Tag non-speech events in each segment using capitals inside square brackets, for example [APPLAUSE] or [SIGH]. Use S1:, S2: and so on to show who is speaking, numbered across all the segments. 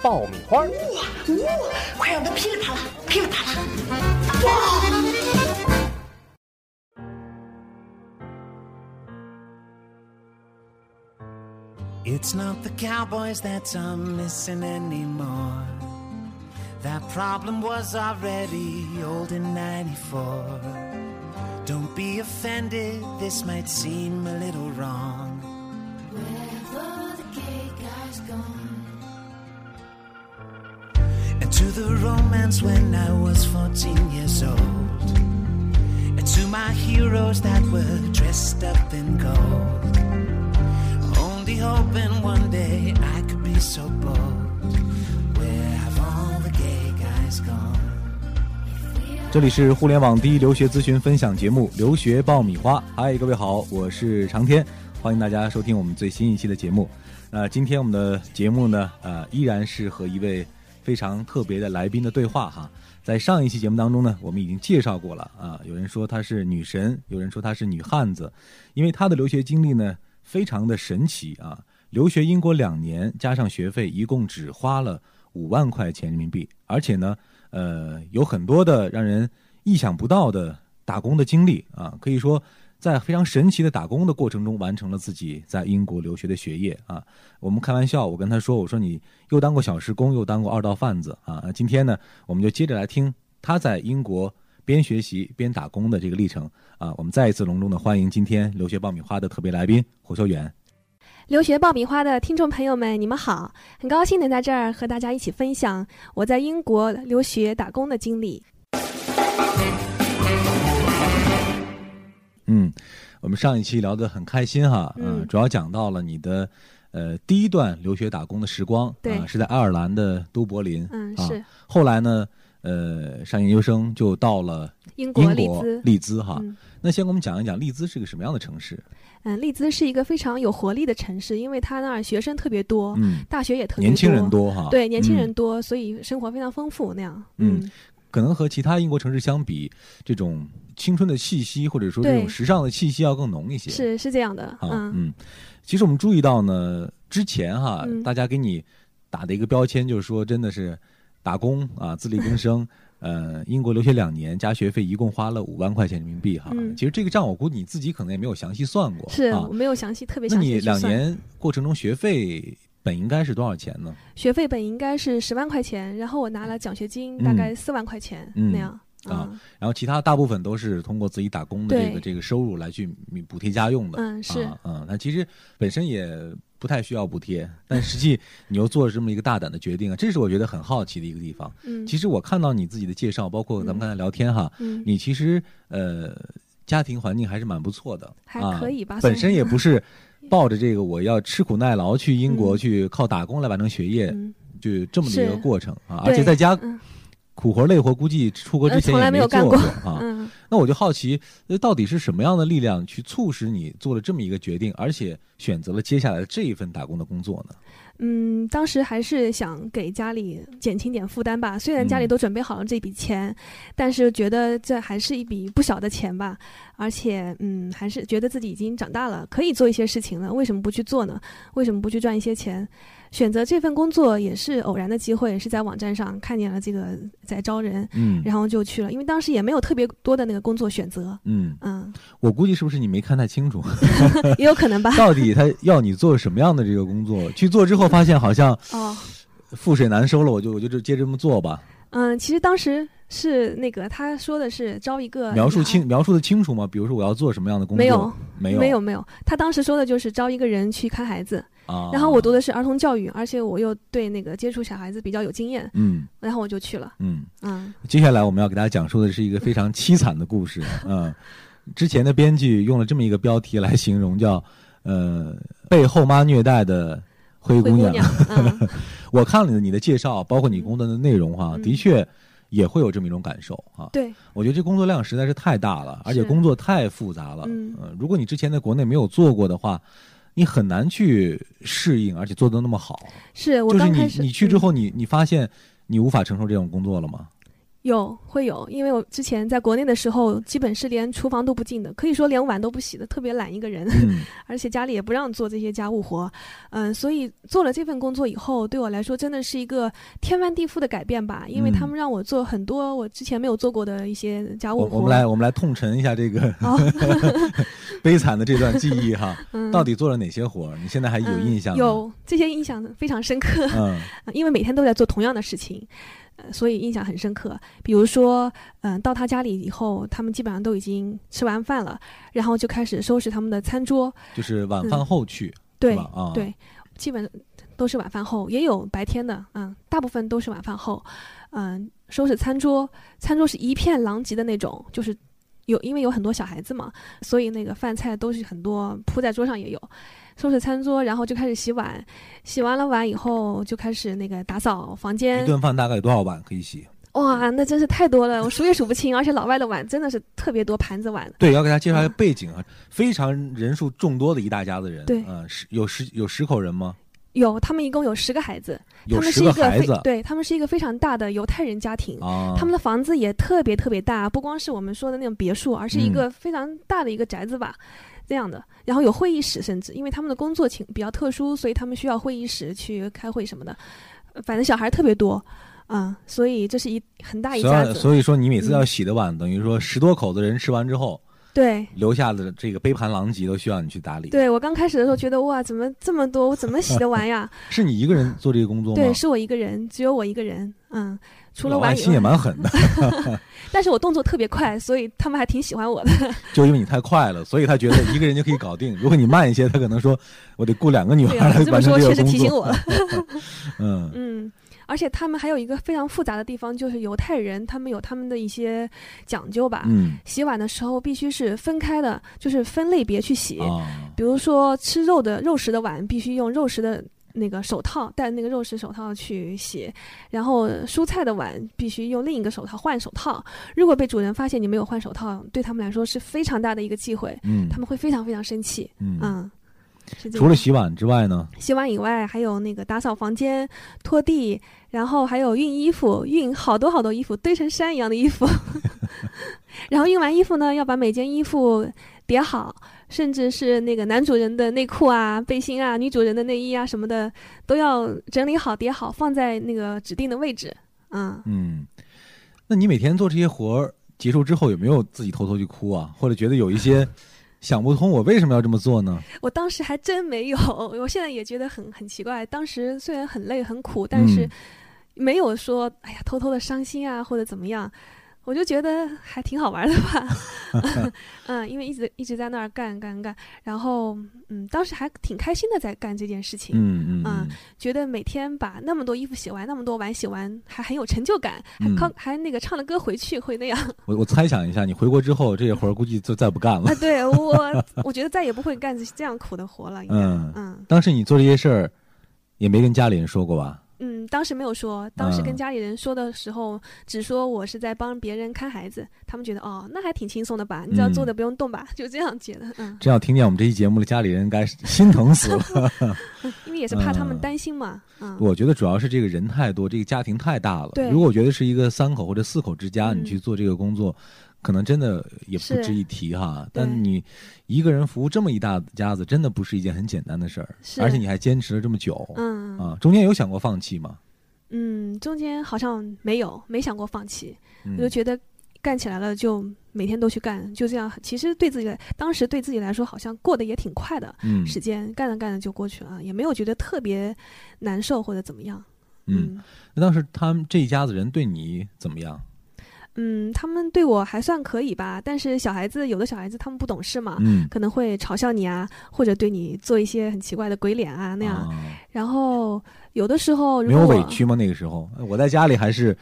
S1: 爆米花》。
S2: 哇哇！快让它噼里啪啦，噼里啪啦！哇！
S3: It's not the cowboys that I'm missing anymore. That problem was already old in 94. Don't be offended, this might seem a little wrong.
S4: Wherever the gay guy's gone,
S3: And to the romance when I was 14 years old. And to my heroes that were dressed up in gold. Only hoping one day I could be so bold. Where have all the gay guys gone?
S5: 这里是互联网第一留学咨询分享节目《留学爆米花》。嗨，各位好，我是长天，欢迎大家收听我们最新一期的节目。那今天我们的节目呢，呃，依然是和一位非常特别的来宾的对话哈。在上一期节目当中呢，我们已经介绍过了啊、有人说她是女神，有人说她是女汉子，因为她的留学经历呢，非常的神奇啊。留学英国两年，加上学费，一共只花了五万块钱人民币，而且呢，呃，有很多的让人意想不到的打工的经历啊，可以说在非常神奇的打工的过程中，完成了自己在英国留学的学业啊。我们开玩笑，我跟他说，我说你又当过小时工，又当过二道贩子啊。那今天呢，我们就接着来听他在英国边学习边打工的这个历程啊。我们再一次隆重的欢迎今天留学爆米花的特别来宾胡秀远。
S6: 留学爆米花的听众朋友们，你们好！很高兴能在这儿和大家一起分享我在英国留学打工的经历。
S5: 嗯，我们上一期聊得很开心哈，
S6: 嗯
S5: 呃主要讲到了你的呃第一段留学打工的时光，
S6: 对
S5: 啊是在爱尔兰的都柏林，
S6: 嗯，
S5: 啊
S6: 是
S5: 后来呢，呃，上研究生就到了
S6: 英
S5: 英
S6: 国利
S5: 国
S6: 兹。
S5: 利兹哈。
S6: 嗯
S5: 那先给我们讲一讲利兹是个什么样的城市？
S6: 嗯，利兹是一个非常有活力的城市，因为它那儿学生特别多，
S5: 嗯，
S6: 大学也哦特别多，
S5: 年轻人多哈。
S6: 对，年轻
S5: 嗯
S6: 人多，所以生活非常丰富那样。
S5: 嗯，可能和其他英国城市相比，这种青春的气息或者说这
S6: 对
S5: 种时尚的气息要更浓一些。
S6: 是是这样的。
S5: 啊，
S6: 嗯，
S5: 嗯，其实我们注意到呢，之前哈，
S6: 嗯
S5: 大家给你打的一个标签就是说，真的是打工啊，自力更
S6: [LAUGHS]
S5: 生。呃，英国留学两年，加学费一共花了五万块钱人民币哈。
S6: 嗯
S5: 其实这个账我估计你自己可能也没有详细算过。
S6: 是
S5: 啊
S6: 我，没有详细特别
S5: 那
S6: 详细
S5: 你
S6: 地去
S5: 两
S6: 算
S5: 年过程中学费本应该是多少钱呢？
S6: 学费本应该是十万块钱，然后我拿了奖学金大
S5: 嗯
S6: 概四万块钱
S5: 嗯
S6: 那样。
S5: 啊
S6: 嗯
S5: 然后其他大部分都是通过自己打工的这个
S6: 对
S5: 这个收入来去弥补贴家用的。
S6: 嗯是
S5: 啊，嗯，那其实本身也不太需要补贴，但实
S6: [LAUGHS]
S5: 际你又做了这么一个大胆的决定啊，这是我觉得很好奇的一个地方。
S6: 嗯，
S5: 其实我看到你自己的介绍，包括咱们
S6: 嗯
S5: 刚才聊天哈，
S6: 嗯
S5: 你其实呃家庭环境还是蛮不错的，
S6: 还
S5: 啊
S6: 可以吧
S5: 本
S6: 算
S5: 身也不是 [LAUGHS] 抱着这个我要吃苦耐劳去英国
S6: 嗯
S5: 去靠打工来完成学业，
S6: 嗯
S5: 就这么的一个
S6: 是
S5: 过程啊，而
S6: 对
S5: 且在家
S6: 嗯
S5: 苦活累活，估计出国之
S6: 呃
S5: 前
S6: 从
S5: 也
S6: 来没有干
S5: 做
S6: 过 [LAUGHS]
S5: 啊。
S6: 嗯
S5: 那我就好奇，那到底是什么样的力量去促使你做了这么一个决定，而且选择了接下来的这一份打工的工作呢？
S6: 嗯，当时还是想给家里减轻点负担吧。虽然家里
S5: 嗯
S6: 都准备好了这笔钱，但是觉得这还是一笔不小的钱吧。而且，嗯，还是觉得自己已经长大了，可以做一些事情了，为什么不去做呢？为什么不去赚一些钱？选择这份工作也是偶然的机会，是在网站上看见了这个在招人，
S5: 嗯
S6: 然后就去了。因为当时也没有特别多的那个工作选择，
S5: 嗯，
S6: 嗯，
S5: 我估计是不是你没看太清楚，。
S6: 也有可能吧
S5: [LAUGHS] 到底他要你做什么样的这个工作？去做之后发现好像
S6: 哦，
S5: 覆水难收了，我就我就就接着这么做吧。
S6: 嗯，其实当时是那个他说的是招一个
S5: 描述
S6: 女孩
S5: 清描述的清楚吗？比如说我要做什么样的工作？
S6: 呃
S5: 没
S6: 没有，
S5: 有，
S6: 没有没有，他当时说的就是招一个人去看孩子，
S5: 啊。
S6: 然后我读的是儿童教育，而且我又对那个接触小孩子比较有经验，
S5: 嗯
S6: 然后我就去了。
S5: 嗯，
S6: 嗯，
S5: 接下来我们要给大家讲述的是一个非常凄惨的故
S6: [LAUGHS]
S5: 事。嗯，之前的编剧用了这么一个标题来形容，叫“呃被后妈虐待的灰
S6: 灰
S5: 姑
S6: 姑
S5: 娘” [LAUGHS]
S6: 娘，嗯，
S5: 我看了你的介绍，啊包括你工作的内容哈，
S6: 嗯
S5: 的确也会有这么一种感受啊。
S6: 对，
S5: 我觉得这工作量实在是太大了，而且
S6: 是
S5: 工作太复杂了。
S6: 嗯
S5: 呃如果你之前在国内没有做过的话，你很难去适应，而且做得那么好。
S6: 是我
S5: 就是
S6: 刚
S5: 你
S6: 开始
S5: 你去之
S6: 嗯
S5: 后你，你发现你无法承受这种工作了吗？
S6: 有会有，因为我之前在国内的时候，基本是连厨房都不进的，可以说连碗都不洗的，特别懒一个人，
S5: 嗯，
S6: 而且家里也不让做这些家务活，嗯，所以做了这份工作以后，对我来说真的是一个天翻地覆的改变吧，因为他
S5: 嗯
S6: 们让我做很多我之前没有做过的一些家务
S5: 我
S6: 活。
S5: 我们来我们来痛陈一下这个
S6: 哦，
S5: [LAUGHS] 悲惨的这段记忆哈，
S6: [LAUGHS] 嗯、
S5: 到底做了哪些活儿？你现在还有
S6: 嗯
S5: 印象吗？
S6: 有这些印象非常深刻。
S5: 嗯，
S6: 呃 [LAUGHS] 因为每天都在做同样的事情，呃，所以印象很深刻。比如说，嗯、到他家里以后，他们基本上都已经吃完饭了，然后就开始收拾他们的餐桌，
S5: 就是晚饭后去，
S6: 嗯对
S5: 是吧？啊，
S6: 对，基本都是晚饭后，也有白天的，嗯，大部分都是晚饭后，嗯，收拾餐桌，餐桌是一片狼藉的那种，就是。有，因为有很多小孩子嘛，所以那个饭菜都是很多铺在桌上也有，收拾餐桌，然后就开始洗碗，洗完了碗以后就开始那个打扫房间
S5: 一，顿饭大概有多少碗可以洗？
S6: 哇，那真是太多了，我数也数不清，而且老外的碗真的是特别多，盘子碗。
S5: 对，要给大家介绍一下
S6: 嗯
S5: 背景啊，非常人数众多的一大家子人，
S6: 对
S5: 嗯，十有十有十口人吗？
S6: 有，他们一共有十个孩子，
S5: 有
S6: 他们
S5: 十
S6: 是一个
S5: 孩
S6: 非
S5: 子
S6: 对他们是一个非常大的犹太人家庭。
S5: 啊，
S6: 他们的房子也特别特别大，不光是我们说的那种别墅，而是一
S5: 嗯
S6: 个非常大的一个宅子吧，这样的。然后有会议室，甚至因为他们的工作情比较特殊，所以他们需要会议室去开会什么的。呃反正小孩特别多，啊、所以这是一很大一
S5: 所
S6: 家
S5: 以
S6: 子。嗯
S5: 所以说你每次要洗的碗，等于说十多口的人吃完之后
S6: 对，
S5: 留下的这个杯盘狼藉都需要你去打理。，
S6: 对我刚开始的时候觉得哇，怎么这么多？我怎么洗得
S5: [LAUGHS]
S6: 完呀？
S5: 是你一个人做这个工作吗？
S6: 对，是我一个人，只有我一个人。嗯，除了
S5: 老外
S6: 玩以
S5: 心也
S6: 外，
S5: 蛮狠的，
S6: 但是我动作特别快，所以他们还挺喜欢我的。
S5: 就因为你太快了，所以他觉得一个人就可以搞定。如果你慢一些，他可能说我得雇两个女孩
S6: [LAUGHS] 对啊，
S5: 来
S6: 你这么
S5: 完成
S6: 说
S5: 这个
S6: 确实
S5: 工
S6: 提醒
S5: 作。
S6: 我了。
S5: 嗯，
S6: 嗯，而且他们还有一个非常复杂的地方，就是犹太人他们有他们的一些讲究吧。
S5: 嗯
S6: 洗碗的时候必须是分开的，就是分类别去洗。
S5: 啊，
S6: 比如说吃肉的肉食的碗，必须用肉食的那个手套，戴那个肉食手套去洗；然后蔬菜的碗必须用另一个手套换手套。如果被主人发现你没有换手套，对他们来说是非常大的一个忌讳，
S5: 嗯
S6: 他们会非常非常生气。
S5: 嗯，
S6: 嗯，是这
S5: 除了
S6: 样
S5: 洗碗之外呢，
S6: 洗碗以外，还有那个打扫房间、拖地，然后还有熨衣服，熨好多好多衣服，堆成山一样的衣服。 [LAUGHS] 然后熨完衣服呢，要把每件衣服叠好，甚至是那个男主人的内裤啊、背心啊、女主人的内衣啊什么的，都要整理好、叠好，放在那个指定的位置。嗯，
S5: 嗯，那你每天做这些活儿结束之后，有没有自己偷偷去哭啊？或者觉得有一
S6: [LAUGHS]
S5: 些想不通，我为什么要这么做呢？
S6: 我当时还真没有，我现在也觉得很很奇怪。当时虽然很累很苦，但是
S5: 嗯
S6: 没有说哎呀偷偷的伤心啊或者怎么样，我就觉得还挺好玩的
S5: [LAUGHS]
S6: 吧。嗯，因为一直一直在那儿干干干，然后嗯，当时还挺开心的在干这件事情，
S5: 嗯嗯嗯
S6: 啊，觉得每天把那么多衣服洗完，那么多碗洗完，还很有成就感，还
S5: 嗯
S6: 靠、还那个唱了歌回去会
S5: [LAUGHS]
S6: 那样 [LAUGHS]
S5: 我我猜想一下，你回国之后这些活儿估计就再不干了
S6: 啊。。对我我觉得再也不会干这样苦的活了，应该
S5: 嗯
S6: 嗯
S5: 当时你做这些事儿，也没跟家里人说过吧？
S6: 嗯，当时没有说，当时
S5: 嗯
S6: 跟家里人说的时候，只说我是在帮别人看孩子，他们觉得哦，那还挺轻松的吧，你只要
S5: 嗯
S6: 做的不用动吧，就这样觉得，嗯，
S5: 真要听见我们这期节目的家里人，该心疼死了。
S6: 因为也是怕他们
S5: 嗯
S6: 担心嘛，嗯，
S5: 我觉得主要是这个人太多，这个家庭太大了。
S6: 对
S5: 如果我觉得是一个三口或者四口之家，
S6: 嗯
S5: 你去做这个工作，可能真的也不
S6: 是
S5: 值一提哈。
S6: 对
S5: 但你一个人服务这么一大家子，真的不是一件很简单的事儿，
S6: 是
S5: 而且你还坚持了这么久、
S6: 嗯
S5: 啊。中间有想过放弃吗？
S6: 嗯，中间好像没有没想过放弃，
S5: 嗯
S6: 我就觉得干起来了就每天都去干，就这样，其实对自己来当时对自己来说好像过得也挺快的，
S5: 嗯
S6: 时间干着干着就过去了，也没有觉得特别难受或者怎么样，
S5: 嗯。那当时他们这一家子人对你怎么样？
S6: 啊嗯，他们对我还算可以吧，但是小孩子有的小孩子他们不懂事嘛，
S5: 嗯，
S6: 可能会嘲笑你啊，或者对你做一些很奇怪的鬼脸啊那样。
S5: 啊
S6: 然后有的时候如
S5: 没
S6: 果
S5: 有
S6: 我
S5: 委屈吗？那个时候，哎我在家里还是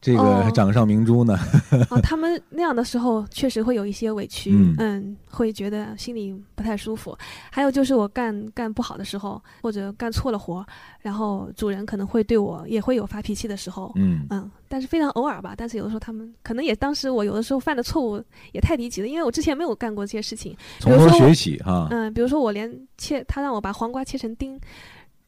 S5: 这个
S6: 哦
S5: 掌上明珠呢？
S6: 哦，他们那样的时候确实会有一些委屈，
S5: 嗯
S6: 嗯会觉得心里不太舒服。还有就是我干干不好的时候，或者干错了活，然后主人可能会对我也会有发脾气的时候，
S5: 嗯
S6: 嗯，但是非常偶尔吧。但是有的时候他们可能也当时我有的时候犯的错误也太离奇了，因为我之前没有干过这些事情。
S5: 从头学起哈。
S6: 嗯，比如说我连切，他让我把黄瓜切成丁。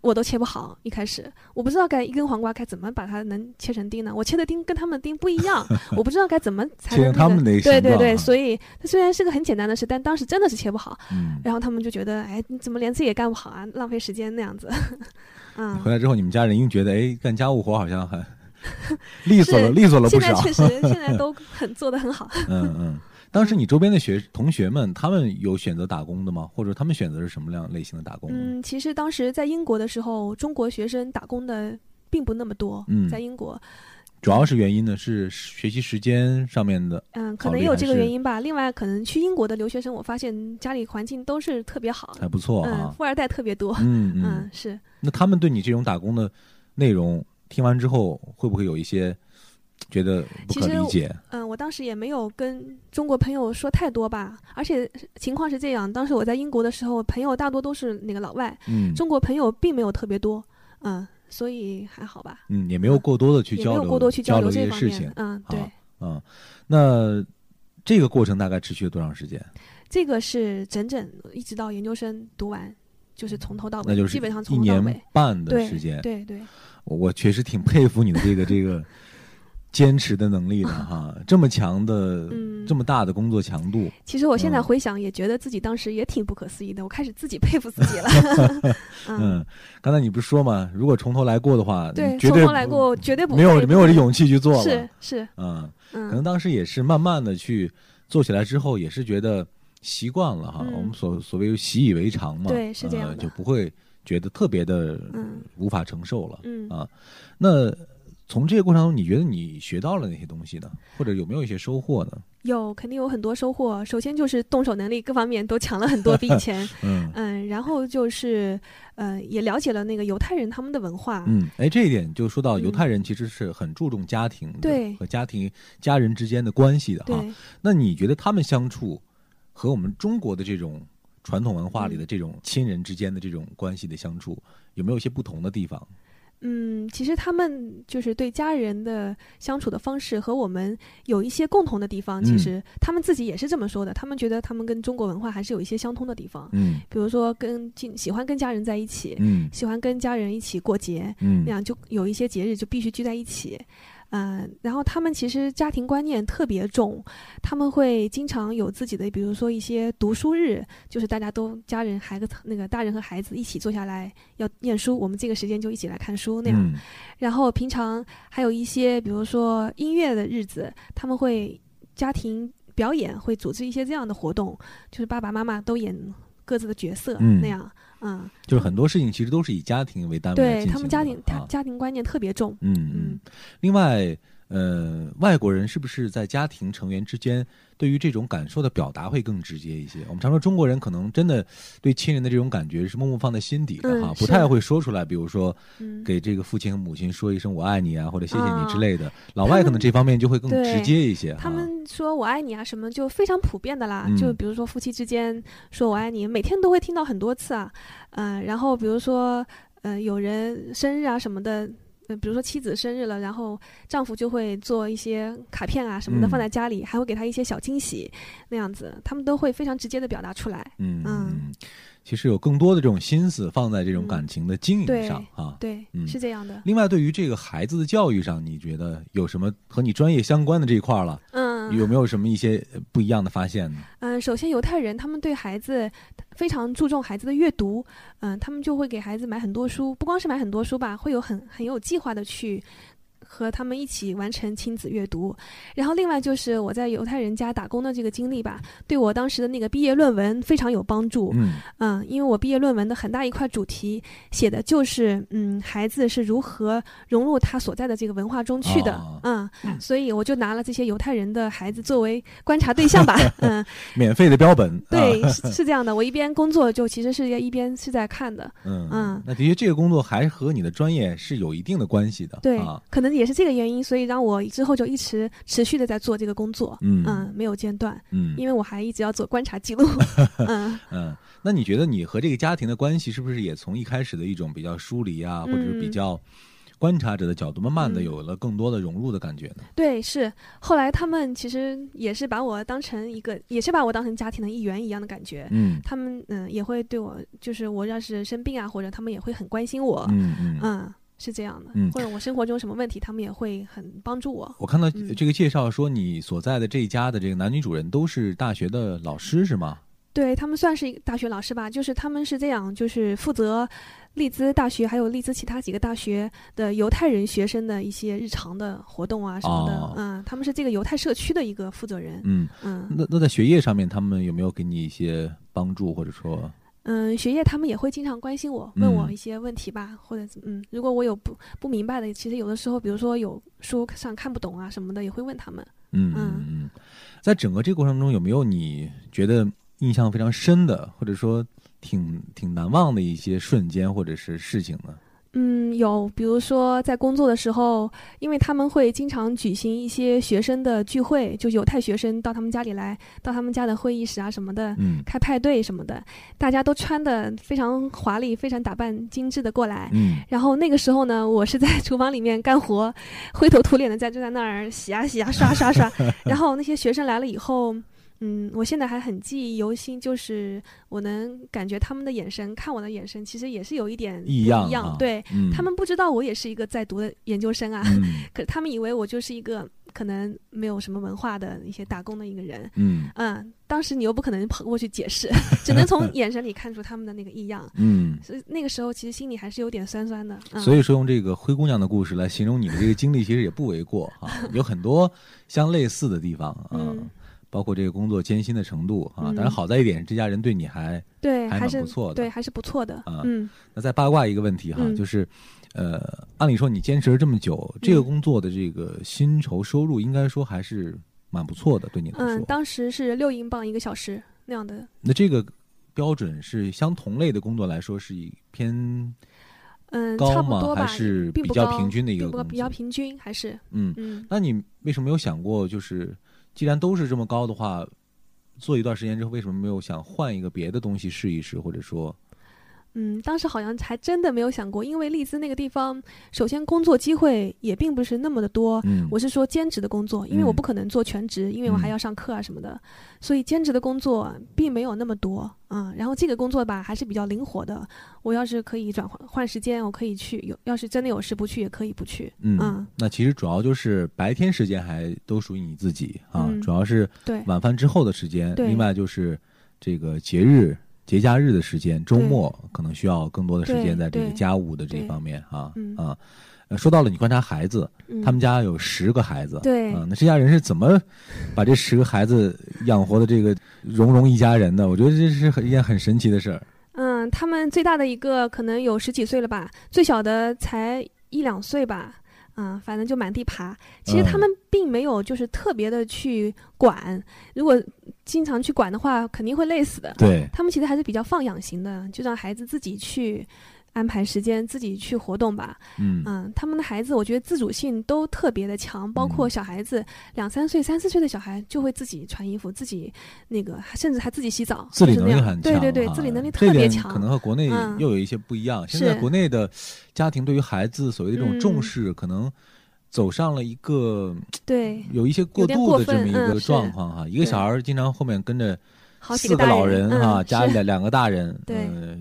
S6: 我都切不好，一开始我不知道该一根黄瓜该怎么把它能切成丁呢？我切的丁跟他们的丁不一
S5: [LAUGHS]
S6: 样，我不知道该怎么才
S5: 切成
S6: 能、那个、
S5: 他们的形
S6: 对对
S5: 状
S6: 对，
S5: 啊
S6: 所以它虽然是个很简单的事，但当时真的是切不好。
S5: 嗯，
S6: 然后他们就觉得，哎，你怎么连自己也干不好啊？浪费时间那样子。 [LAUGHS] 嗯，
S5: 回来之后，你们家人应觉得，哎，干家务活好像
S6: [LAUGHS]
S5: 很利索了，
S6: 是
S5: 利索了不
S6: 现
S5: [LAUGHS]
S6: 在
S5: 少。
S6: 确实现在都很做得很好。
S5: 嗯嗯，当时你周边的学同学们，他们有选择打工的吗？或者他们选择是什么样类型的打工？
S6: 嗯，其实当时在英国的时候，中国学生打工的并不那么多。
S5: 嗯
S6: 在英国，
S5: 主要是原因呢是学习时间上面的。
S6: 嗯，可
S5: 考
S6: 能
S5: 虑
S6: 也有
S5: 还
S6: 这个
S5: 是
S6: 原因吧。另外，可能去英国的留学生，我发现家里环境都是特别好，
S5: 还不错
S6: 嗯，
S5: 啊，
S6: 富二代特别多。
S5: 嗯嗯
S6: 嗯，是。
S5: 那他们对你这种打工的内容听完之后，会不会有一些觉得不可
S6: 其实
S5: 理解？
S6: 嗯，我当时也没有跟中国朋友说太多吧，而且情况是这样，当时我在英国的时候，朋友大多都是那个老外，
S5: 嗯
S6: 中国朋友并没有特别多，嗯，所以还好吧，
S5: 嗯，也没有过多的去
S6: 也没
S5: 交
S6: 有
S5: 流，
S6: 过多去交
S5: 流
S6: 这
S5: 些
S6: 方
S5: 事情
S6: 面，。嗯，对，
S5: 啊嗯，那这个过程大概持续了多长时间？
S6: 这个是整整一直到研究生读完，就是从头到
S5: 那
S6: 尾，
S5: 就是
S6: 哦基本上
S5: 一
S6: 从头到
S5: 年
S6: 尾，
S5: 半的
S6: 对，
S5: 时间。
S6: 对对，
S5: 我我确实挺佩服你的这个这
S6: [LAUGHS]
S5: 个坚持的能力的哈，这么强的、
S6: 嗯
S5: 呃这么大的工作强度，
S6: 其实我现在
S5: 嗯
S6: 回想，也觉得自己当时也挺不可思议的，我开始自己佩服自己了，
S5: [LAUGHS]
S6: 嗯，
S5: 嗯，刚才你不是说嘛，如果从头来过的话，
S6: 对，
S5: 你绝
S6: 从
S5: 对
S6: 头来
S5: 不
S6: 过，绝对不
S5: 没有
S6: 会嗯
S5: 没有这勇气去做了，
S6: 是是，
S5: 嗯，
S6: 嗯，
S5: 可能当时也是慢慢的去做起来之后，也是觉得习惯了哈，
S6: 嗯
S5: 我们所所谓习以为常嘛，
S6: 对是这样
S5: 呃，
S6: 的
S5: 就不会觉得特别的
S6: 嗯
S5: 无法承受了。
S6: 嗯
S5: 啊那从这个过程中，你觉得你学到了哪些东西呢？或者有没有一些收获呢？
S6: 有肯定有很多收获。首先就是动手能力各方面都强了很多，比以
S5: [LAUGHS]
S6: 前。
S5: 嗯
S6: 嗯，然后就是，呃，也了解了那个犹太人他们的文化。
S5: 嗯，哎，这一点就说到
S6: 嗯
S5: 犹太人其实是很注重家庭的
S6: 对
S5: 和家庭家人之间的关系的哈。
S6: 对，
S5: 那你觉得他们相处和我们中国的这种传统文化
S6: 嗯
S5: 里的这种亲人之间的这种关系的相处，有没有一些不同的地方？
S6: 嗯，其实他们就是对家人的相处的方式和我们有一些共同的地方。
S5: 嗯
S6: 其实他们自己也是这么说的，他们觉得他们跟中国文化还是有一些相通的地方，
S5: 嗯
S6: 比如说跟近喜欢跟家人在一起，
S5: 嗯
S6: 喜欢跟家人一起过节，
S5: 嗯
S6: 那样就有一些节日就必须聚在一起。嗯、然后他们其实家庭观念特别重，他们会经常有自己的，比如说一些读书日，就是大家都家人、孩子那个大人和孩子一起坐下来要念书，我们这个时间就一起来看书那样。
S5: 嗯
S6: 然后平常还有一些，比如说音乐的日子，他们会家庭表演，会组织一些这样的活动，就是爸爸妈妈都演各自的角色、
S5: 嗯
S6: 那样。嗯，
S5: 就是很多事情其实都是以家庭为单位来
S6: 对
S5: 进行
S6: 他们家庭
S5: 的，
S6: 他
S5: 啊
S6: 家庭观念特别重。
S5: 嗯嗯
S6: 嗯。
S5: 另外，呃，外国人是不是在家庭成员之间对于这种感受的表达会更直接一些？我们常说中国人可能真的对亲人的这种感觉是默默放在心底的
S6: 嗯
S5: 哈，
S6: 是
S5: 不太会说出来。比如说
S6: 嗯，
S5: 给这个父亲和母亲说一声“我爱你”啊，或者“谢谢你”
S6: 啊
S5: 之类的。老外可能这方面就会更
S6: 对
S5: 直接一些哈。
S6: 他们说我爱你啊什么，就非常普遍的啦。
S5: 嗯
S6: 就比如说夫妻之间说我爱你，每天都会听到很多次啊。嗯、然后比如说，呃，有人生日啊什么的。呃，比如说妻子生日了，然后丈夫就会做一些卡片啊什么的
S5: 嗯
S6: 放在家里，还会给她一些小惊喜，那样子，他们都会非常直接的表达出来。
S5: 嗯
S6: 嗯
S5: 嗯，其实有更多的这种心思放在这种
S6: 嗯
S5: 感情的经营
S6: 对
S5: 上啊。
S6: 对，
S5: 嗯
S6: 是这样的。
S5: 另外，对于这个孩子的教育上，你觉得有什么和你专业相关的这一块儿了？
S6: 嗯，
S5: 有没有什么一些呃不一样的发现呢？
S6: 嗯，首先犹太人他们对孩子非常注重孩子的阅读，嗯，他们就会给孩子买很多书，不光是买很多书吧，会有很很有计划的去和他们一起完成亲子阅读。然后另外就是我在犹太人家打工的这个经历吧，对我当时的那个毕业论文非常有帮助。
S5: 嗯
S6: 嗯，因为我毕业论文的很大一块主题写的就是，嗯，孩子是如何融入他所在的这个文化中去的，
S5: 哦
S6: 嗯，所以我就拿了这些犹太人的孩子作为观察对象吧，嗯，
S5: 免费的标本，
S6: 对
S5: 啊、，
S6: 是是这样的，我一边工作就其实是一边是在看的，
S5: 嗯
S6: 嗯
S5: 那的确这个工作还和你的专业是有一定的关系的，
S6: 对，
S5: 啊，
S6: 可能也也是这个原因，所以让我之后就一直持续的在做这个工作，
S5: 嗯
S6: 嗯，没有间断，
S5: 嗯
S6: 因为我还一直要做观察记
S5: [LAUGHS]
S6: 录，嗯，
S5: 嗯，那你觉得你和这个家庭的关系是不是也从一开始的一种比较疏离啊，或者是比
S6: 嗯
S5: 较观察者的角度，慢慢的
S6: 嗯
S5: 有了更多的融入的感觉呢？
S6: 对，是后来他们其实也是把我当成一个，也是把我当成家庭的一员一样的感觉，
S5: 嗯
S6: 他们嗯也会对我，就是我要是生病啊，或者他们也会很关心我，
S5: 嗯嗯。
S6: 嗯，是这样的，
S5: 嗯
S6: 或者我生活中有什么问题，他们也会很帮助我。
S5: 我看到
S6: 嗯
S5: 这个介绍说，你所在的这一家的这个男女主人都是大学的老师是吗？
S6: 对他们算是一个大学老师吧，就是他们是这样，就是负责利兹大学还有利兹其他几个大学的犹太人学生的一些日常的活动啊什么的，
S5: 哦
S6: 嗯，他们是这个犹太社区的一个负责人，
S5: 嗯，
S6: 嗯
S5: 那那在学业上面，他们有没有给你一些帮助，或者说，
S6: 嗯，学业他们也会经常关心我，问我
S5: 嗯
S6: 一些问题吧，或者嗯，如果我有不不明白的，其实有的时候，比如说有书上看不懂啊什么的，也会问他们。
S5: 嗯
S6: 嗯
S5: 嗯，在整个这个过程中，有没有你觉得印象非常深的，或者说挺挺难忘的一些瞬间或者是事情呢？
S6: 嗯，有，比如说在工作的时候，因为他们会经常举行一些学生的聚会，就犹太学生到他们家里来，到他们家的会议室啊什么的，
S5: 嗯
S6: 开派对什么的，大家都穿的非常华丽，非常打扮精致的过来。
S5: 嗯
S6: 然后那个时候呢，我是在 [LAUGHS] 厨房里面干活，灰头土脸的在就在那儿洗啊洗啊刷
S5: [LAUGHS]
S6: 刷刷。然后那些学生来了以后，嗯，我现在还很记忆犹新，就是我能感觉他们的眼神，看我的眼神，其实也是有一点
S5: 异
S6: 不
S5: 样
S6: 一样，
S5: 啊
S6: 对。
S5: 嗯，
S6: 他们不知道我也是一个在读的研究生啊，
S5: 嗯
S6: [LAUGHS] 可他们以为我就是一个可能没有什么文化的一些打工的一个人，
S5: 嗯
S6: 嗯，当时你又不可能跑过去解
S5: [LAUGHS]
S6: 释，只能从眼神里看出他们的那个异样，
S5: 嗯。
S6: 所以那个时候其实心里还是有点酸酸的。嗯、
S5: 所以说，用这个灰姑娘的故事来形容你的这个经历，其实也不为过
S6: [LAUGHS]
S5: 啊。有很多相类似的地方啊，
S6: 嗯
S5: 包括这个工作艰辛的程度啊。
S6: 嗯
S5: 当然，好在一点是这家人对你还……
S6: 对，
S5: 还
S6: 还
S5: 蛮
S6: 是
S5: 不错的
S6: 对，还是不错的。
S5: 啊
S6: 嗯
S5: 那再八卦一个问题哈，
S6: 嗯
S5: 就是，呃，按理说你坚持了这么久，这个工作的这个薪酬收入，应该说还是蛮不错的，对你来
S6: 嗯，
S5: 说。
S6: 当时是六英镑一个小时那样的，
S5: 那这个标准是相同类的工作来说是以偏
S6: 嗯，
S5: 高
S6: 差不
S5: 吗
S6: 多
S5: 还
S6: 吧，
S5: 是
S6: 并
S5: 比
S6: 不
S5: 较
S6: 高
S5: 平均的一
S6: 并
S5: 个
S6: 不
S5: 工
S6: 比较
S5: 资
S6: 平均，还是
S5: 嗯。
S6: 嗯。
S5: 那你为什么没有想过，就是既然都是这么高的话，做一段时间之后，为什么没有想换一个别的东西试一试，或者说，
S6: 嗯，当时好像还真的没有想过，因为利兹那个地方，首先工作机会也并不是那么的多。
S5: 嗯
S6: 啊我是说兼职的工作，因为我
S5: 嗯
S6: 不可能做全职，因为我还要上课啊什么的，所以兼职的工作并没有那么多。嗯，然后这个工作吧还是比较灵活的，我要是可以转换换时间，我可以去；有要是真的有事不去，也可以不去。
S5: 嗯，
S6: 嗯
S5: 那其实主要就是白天时间还都属于你自己啊，
S6: 嗯
S5: 主要是
S6: 对，
S5: 晚饭之后的时间，
S6: 对
S5: 另外就是这个节日。节假日的时间，周
S6: 对
S5: 末可能需要更多的时间
S6: 对
S5: 在这个
S6: 对
S5: 家务的这一
S6: 对
S5: 方面啊
S6: 嗯
S5: 啊、呃说到了你观察孩子，
S6: 嗯、
S5: 他们家有十个孩子，
S6: 对
S5: 啊，那这家人是怎么把这十个孩子养活的？这个蓉蓉一家人的，我觉得这是很一件很神奇的事儿。
S6: 嗯，他们最大的一个可能有十几岁了吧，最小的才一两岁吧。嗯，反正就满地爬。其实他
S5: 嗯
S6: 们并没有就是特别的去管，如果经常去管的话，肯定会累死的。
S5: 对，
S6: 他们其实还是比较放养型的，就让孩子自己去安排时间，自己去活动吧。
S5: 嗯
S6: 嗯，他们的孩子，我觉得自主性都特别的强，包括
S5: 嗯
S6: 小孩子两三岁、三四岁的小孩就会自己穿衣服，自己那个，甚至还自己洗澡，
S5: 自理
S6: 就是
S5: 能
S6: 那
S5: 力
S6: 样
S5: 很强
S6: 对
S5: 啊，
S6: 对对，自理能力
S5: 这
S6: 特别
S5: 点
S6: 强。
S5: 可能和国内
S6: 嗯
S5: 又有一些不一样。现在
S6: 是
S5: 国内的家庭对于孩子所谓的这种
S6: 嗯
S5: 重视，可能走上了一个
S6: 对，
S5: 有一些过
S6: 有点
S5: 度的
S6: 过
S5: 这么
S6: 分
S5: 一个
S6: 嗯是
S5: 状况哈。一个
S6: 对
S5: 小孩儿经常后面跟着
S6: 好几
S5: 四
S6: 大
S5: 老人
S6: 嗯
S5: 啊，加
S6: 是
S5: 两两个大人，
S6: 对
S5: 呃，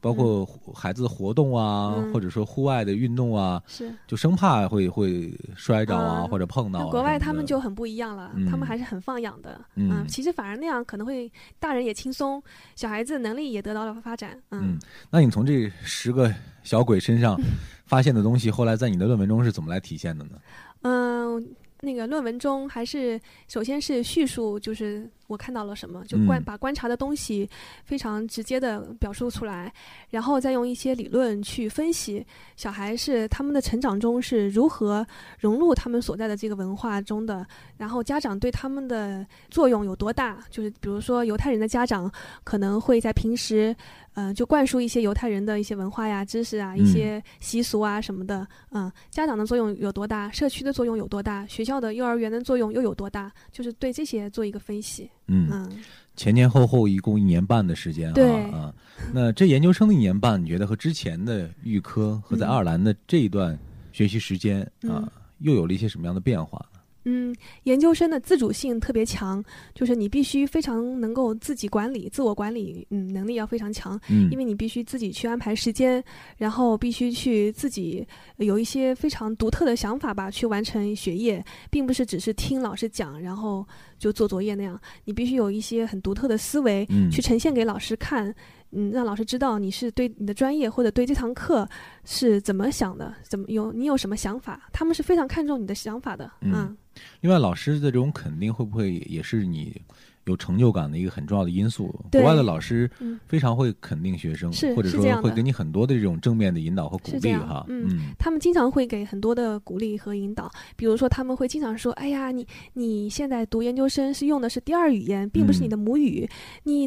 S5: 包括孩子的活动啊，
S6: 嗯
S5: 或者说户外的运动啊，
S6: 是。
S5: 就生怕会会摔着啊、
S6: 啊
S5: 或者碰到、
S6: 那
S5: 啊。
S6: 国外他们
S5: 什么
S6: 就很不一样了，
S5: 嗯
S6: 他们还是很放养的，
S5: 嗯
S6: 其实反而那样可能会大人也轻松，小孩子能力也得到了发展，
S5: 的嗯，那你从这十个小鬼身
S6: [LAUGHS]
S5: 上发现的东西，后来在你的论文中是怎么来体现的呢？
S6: 嗯，那个论文中还是首先是叙述，就是我看到了什么，就观、
S5: 嗯
S6: 把观察的东西非常直接的表述出来，然后再用一些理论去分析小孩是他们的成长中是如何融入他们所在的这个文化中的，然后家长对他们的作用有多大？就是比如说犹太人的家长可能会在平时，呃，就灌输一些犹太人的一些文化呀、知识啊、
S5: 嗯
S6: 一些习俗啊什么的。嗯，家长的作用有多大？社区的作用有多大？学校的、幼儿园的作用又有多大？就是对这些做一个分析。
S5: 嗯，
S6: 嗯，
S5: 前前后后一共一年半的时间
S6: 对
S5: 啊啊。那这研究生的一年半，你觉得和之前的预科和在
S6: 嗯
S5: 爱尔兰的这一段学习时间啊
S6: 嗯，
S5: 又有了一些什么样的变化？
S6: 嗯，研究生的自主性特别强，就是你必须非常能够自己管理、自我管理，嗯，能力要非常强。
S5: 嗯
S6: 因为你必须自己去安排时间，然后必须去自己呃有一些非常独特的想法吧，去完成学业，并不是只是听老师讲，然后就做作业那样。你必须有一些很独特的思维，
S5: 嗯
S6: 去呈现给老师看，嗯，让老师知道你是对你的专业或者对这堂课是怎么想的，怎么有你有什么想法，他们是非常看重你的想法的，
S5: 嗯
S6: 嗯
S5: 另外，老师的这种肯定会不会也是你有成就感的一个很重要的因素？
S6: 对
S5: 国外的老师
S6: 嗯
S5: 非常会肯定学生，
S6: 是
S5: 或者
S6: 是这
S5: 说
S6: 样
S5: 会
S6: 的
S5: 给你很多的这种正面的引导和鼓
S6: 是这
S5: 励
S6: 样
S5: 哈。
S6: 嗯他们经常会给很多的鼓励和引导，比如说他们会经常说：“哎呀，你你现在读研究生是用的是第二语言，并不是你
S5: 嗯
S6: 的母语，你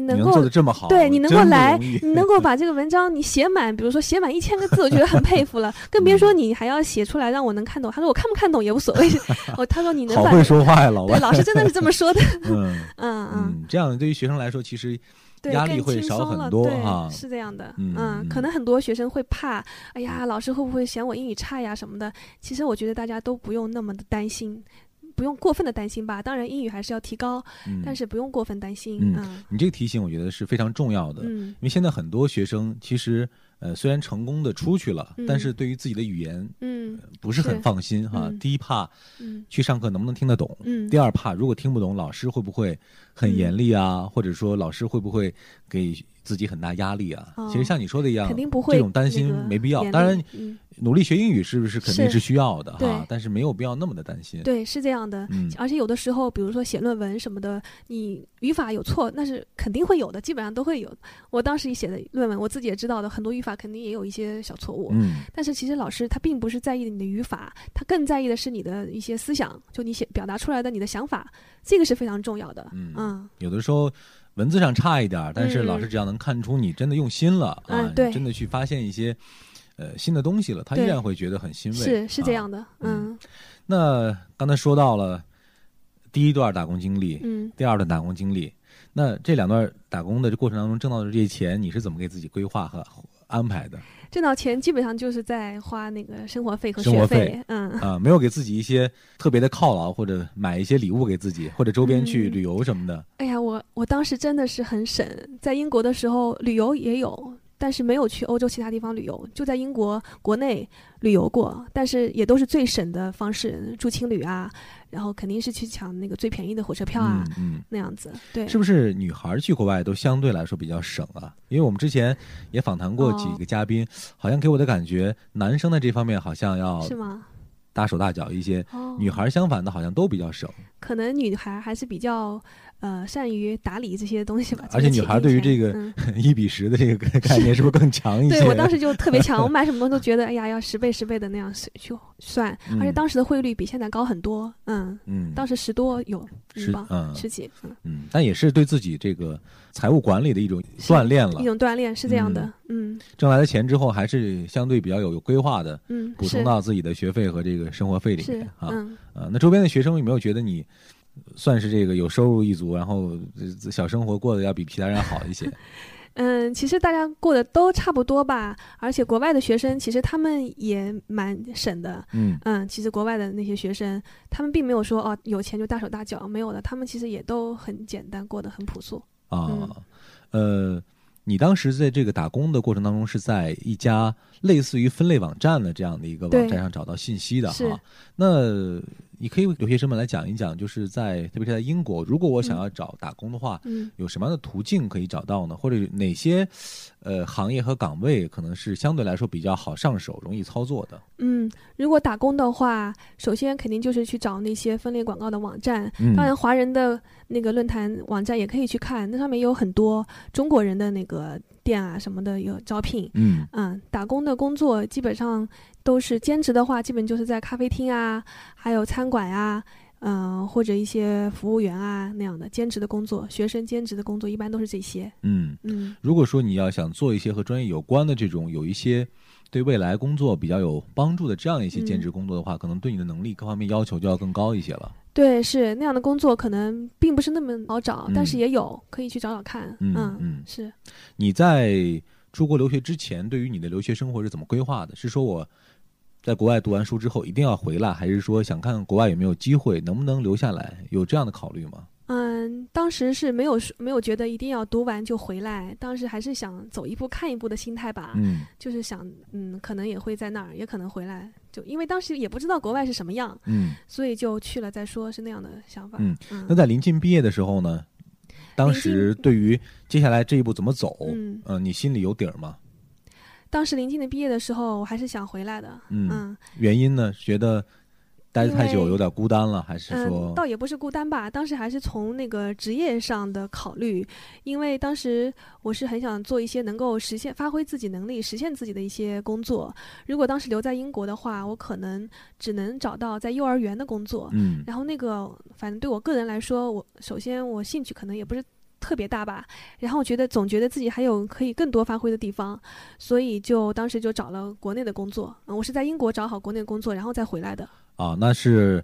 S5: 你
S6: 能
S5: 能做
S6: 够
S5: 的这么好，
S6: 对你能够
S5: 真不
S6: 来，
S5: 容易
S6: 你能够把这个文章你写满，比如说写满一千个字，我觉得很佩服了，更别
S5: 嗯
S6: 说你还要写出来让我能看懂。”他说：“我看不看懂也无所谓。”哦，他说：“你能
S5: 好
S6: 把
S5: 会说话呀，老
S6: 对
S5: 外。
S6: 老师真的是这么说的，
S5: 嗯
S6: 嗯嗯。”
S5: 嗯，这样对于学生来说，其实
S6: 对，
S5: 压
S6: 更
S5: 力会
S6: 轻
S5: 少
S6: 松
S5: 很
S6: 了
S5: 多
S6: 对
S5: 哈
S6: 是这样的，
S5: 嗯嗯
S6: 可能很多学生会怕，哎呀，老师会不会嫌我英语差呀什么的？其实我觉得大家都不用那么的担心，不用过分的担心吧。当然，英语还是要提高，
S5: 嗯，
S6: 但是不用过分担心。
S5: 嗯呃
S6: 嗯
S5: 你这个提醒我觉得是非常重要的，因
S6: 嗯
S5: 为现在很多学生其实呃虽然成功的出去了，
S6: 嗯
S5: 但是对于自己的语言
S6: 嗯
S5: 不是很
S6: 是
S5: 放心哈。
S6: 嗯
S5: 第一怕
S6: 嗯
S5: 去上课能不能听得懂，
S6: 嗯，
S5: 呃第二怕，如果听不懂，老师会不会很严厉啊？或者说老师会不会给自己很大压力啊？
S6: 哦
S5: 其实像你说的一样，
S6: 肯定不会
S5: 这种担
S6: 那
S5: 心
S6: 个
S5: 没必要。
S6: 严
S5: 当
S6: 厉
S5: 然，
S6: 嗯
S5: 努力学英语是不是肯定
S6: 是
S5: 是需要的哈
S6: 对？
S5: 但是没有必要那么的担心。
S6: 对，是这样的。
S5: 嗯
S6: 而且有的时候，比如说写论文什么的，你语法有错，那是肯定会有的，基本上都会有。我当时写的论文，我自己也知道的，很多语法肯定也有一些小错误。
S5: 嗯
S6: 但是其实老师他并不是在意你的语法，他更在意的是你的一些思想，就你写表达出来的你的想法，这个是非常重要的。
S5: 嗯
S6: 嗯
S5: 有的时候文字上差一点儿，但是
S6: 嗯
S5: 老师只要能看出你真的用心了、
S6: 嗯
S5: 啊，
S6: 对
S5: 你真的去发现一些呃新的东西了，他依
S6: 对
S5: 然会觉得很欣慰。
S6: 是是这
S5: 啊
S6: 样的。
S5: 嗯
S6: 嗯
S5: 那刚才说到了第一段打工经历，
S6: 嗯
S5: 第二段打工经历。那这两段打工的这过程当中挣到的这些钱，你是怎么给自己规划和安排的？ [LAUGHS]
S6: 挣到钱基本上就是在花那个生活费和
S5: 生
S6: 学
S5: 活费
S6: 嗯。
S5: 啊、没有给自己一些特别的犒劳，或者买一些礼物给自己，或者周边
S6: 嗯
S5: 去旅游什么的。
S6: 哎呀，我我当时真的是很省，在英国的时候旅游也有，但是没有去欧洲其他地方旅游，就在英国国内旅游过，但是也都是最省的方式，住青旅啊，然后肯定是去抢那个最便宜的火车票啊，
S5: 嗯
S6: 那样子。对
S5: 嗯，，是不是女孩儿去国外都相对来说比较省啊？因为我们之前也访谈过几
S6: 哦
S5: 个嘉宾，好像给我的感觉，男生在这方面好像要
S6: 是吗？
S5: 大手大脚一些，
S6: 哦，
S5: 哦女孩儿相反的好像都比较省。 [LAUGHS]
S6: 可能女孩还是比较呃善于打理这些东西吧。
S5: 而且
S6: 这个
S5: 女
S6: 钱
S5: 孩对于这个
S6: 嗯
S5: 一比十的这个概念是不是更强 [LAUGHS] 一些？
S6: 对我当时就特别
S5: [LAUGHS]
S6: 强，我买什么东西都觉得哎呀要十倍十倍的那样去去算，而且
S5: 嗯
S6: 当时的汇率比现在高很多，嗯，
S5: 嗯，
S6: 当时十多有
S5: 十
S6: 英镑，
S5: 嗯
S6: 十几，嗯
S5: 嗯，但也是对自己这个财务管理的一种锻炼了
S6: 一。种锻炼是这样的，嗯
S5: 挣来的钱之后，还是相对比较有有规划的，
S6: 嗯，
S5: 补充
S6: 是
S5: 到自己的学费和这个生活费里
S6: 是
S5: 面啊。
S6: 嗯。
S5: 呃，那周边的学生有没有觉得你算是这个有收入一族，然后呃小生活过得要比其他人好一些？
S6: 嗯，其实大家过得都差不多吧，而且国外的学生其实他们也蛮省的，
S5: [LAUGHS] 嗯
S6: 嗯，其实国外的那些学生，他们并没有说哦有钱就大手大脚，没有的，他们其实也都很简单，过得很朴素。嗯
S5: 啊，呃，你当时在这个打工的过程当中，是在一家类似于分类网站的这样的一个网
S6: 对
S5: 站上找到信息的
S6: 是
S5: 哈？那你可以为留学生们来讲一讲，就是在特别是在英国，如果我想要找打工的话，
S6: 嗯
S5: 有什么样的途径可以找到呢？或者哪些呃行业和岗位可能是相对来说比较好上手、容易操作的？
S6: 嗯，如果打工的话，首先肯定就是去找那些分类广告的网站，
S5: 嗯
S6: 当然华人的那个论坛网站也可以去看，那上面有很多中国人的那个店啊什么的有招聘。
S5: 嗯
S6: 嗯，打工的工作基本上都是兼职的话，基本就是在咖啡厅啊，还有餐馆啊，嗯、或者一些服务员啊那样的兼职的工作。学生兼职的工作一般都是这些。
S5: 嗯，
S6: 嗯
S5: 如果说你要想做一些和专业有关的这种有一些对未来工作比较有帮助的这样一些兼职工作的话，可能对你的能力各方面要求就要更高一些了。
S6: 对，是那样的工作可能并不是那么好找，
S5: 嗯
S6: 但是也有可以去找找看。
S5: 嗯
S6: 嗯，
S5: 嗯
S6: 是
S5: 你在出国留学之前，对于你的留学生活是怎么规划的？是说我在国外读完书之后一定要回来，还是说想看看国外有没有机会，能不能留下来？有这样的考虑吗？
S6: 嗯，当时是没有说没有觉得一定要读完就回来，当时还是想走一步看一步的心态吧，
S5: 嗯
S6: 就是想，嗯，可能也会在那儿，也可能回来，就因为当时也不知道国外是什么样，
S5: 嗯。
S6: 所以就去了再说，是那样的想法。
S5: 嗯
S6: 嗯
S5: 那在临近毕业的时候呢，当时对于接下来这一步怎么走，
S6: 嗯
S5: 呃，你心里有底儿吗？
S6: 当时临近的毕业的时候，我还是想回来的。
S5: 嗯
S6: 嗯
S5: 原因呢？觉得待得太
S6: 因
S5: 久
S6: 为
S5: 有点孤单了，还是
S6: 嗯，
S5: 说
S6: 倒也不是孤单吧，当时还是从那个职业上的考虑，因为当时我是很想做一些能够实现、发挥自己能力、实现自己的一些工作。如果当时留在英国的话，我可能只能找到在幼儿园的工作，
S5: 嗯
S6: 然后那个反正对我个人来说，我首先我兴趣可能也不是。特别大吧，然后我觉得总觉得自己还有可以更多发挥的地方，所以就当时就找了国内的工作。嗯，我是在英国找好国内的工作，然后再回来的。
S5: 啊？那是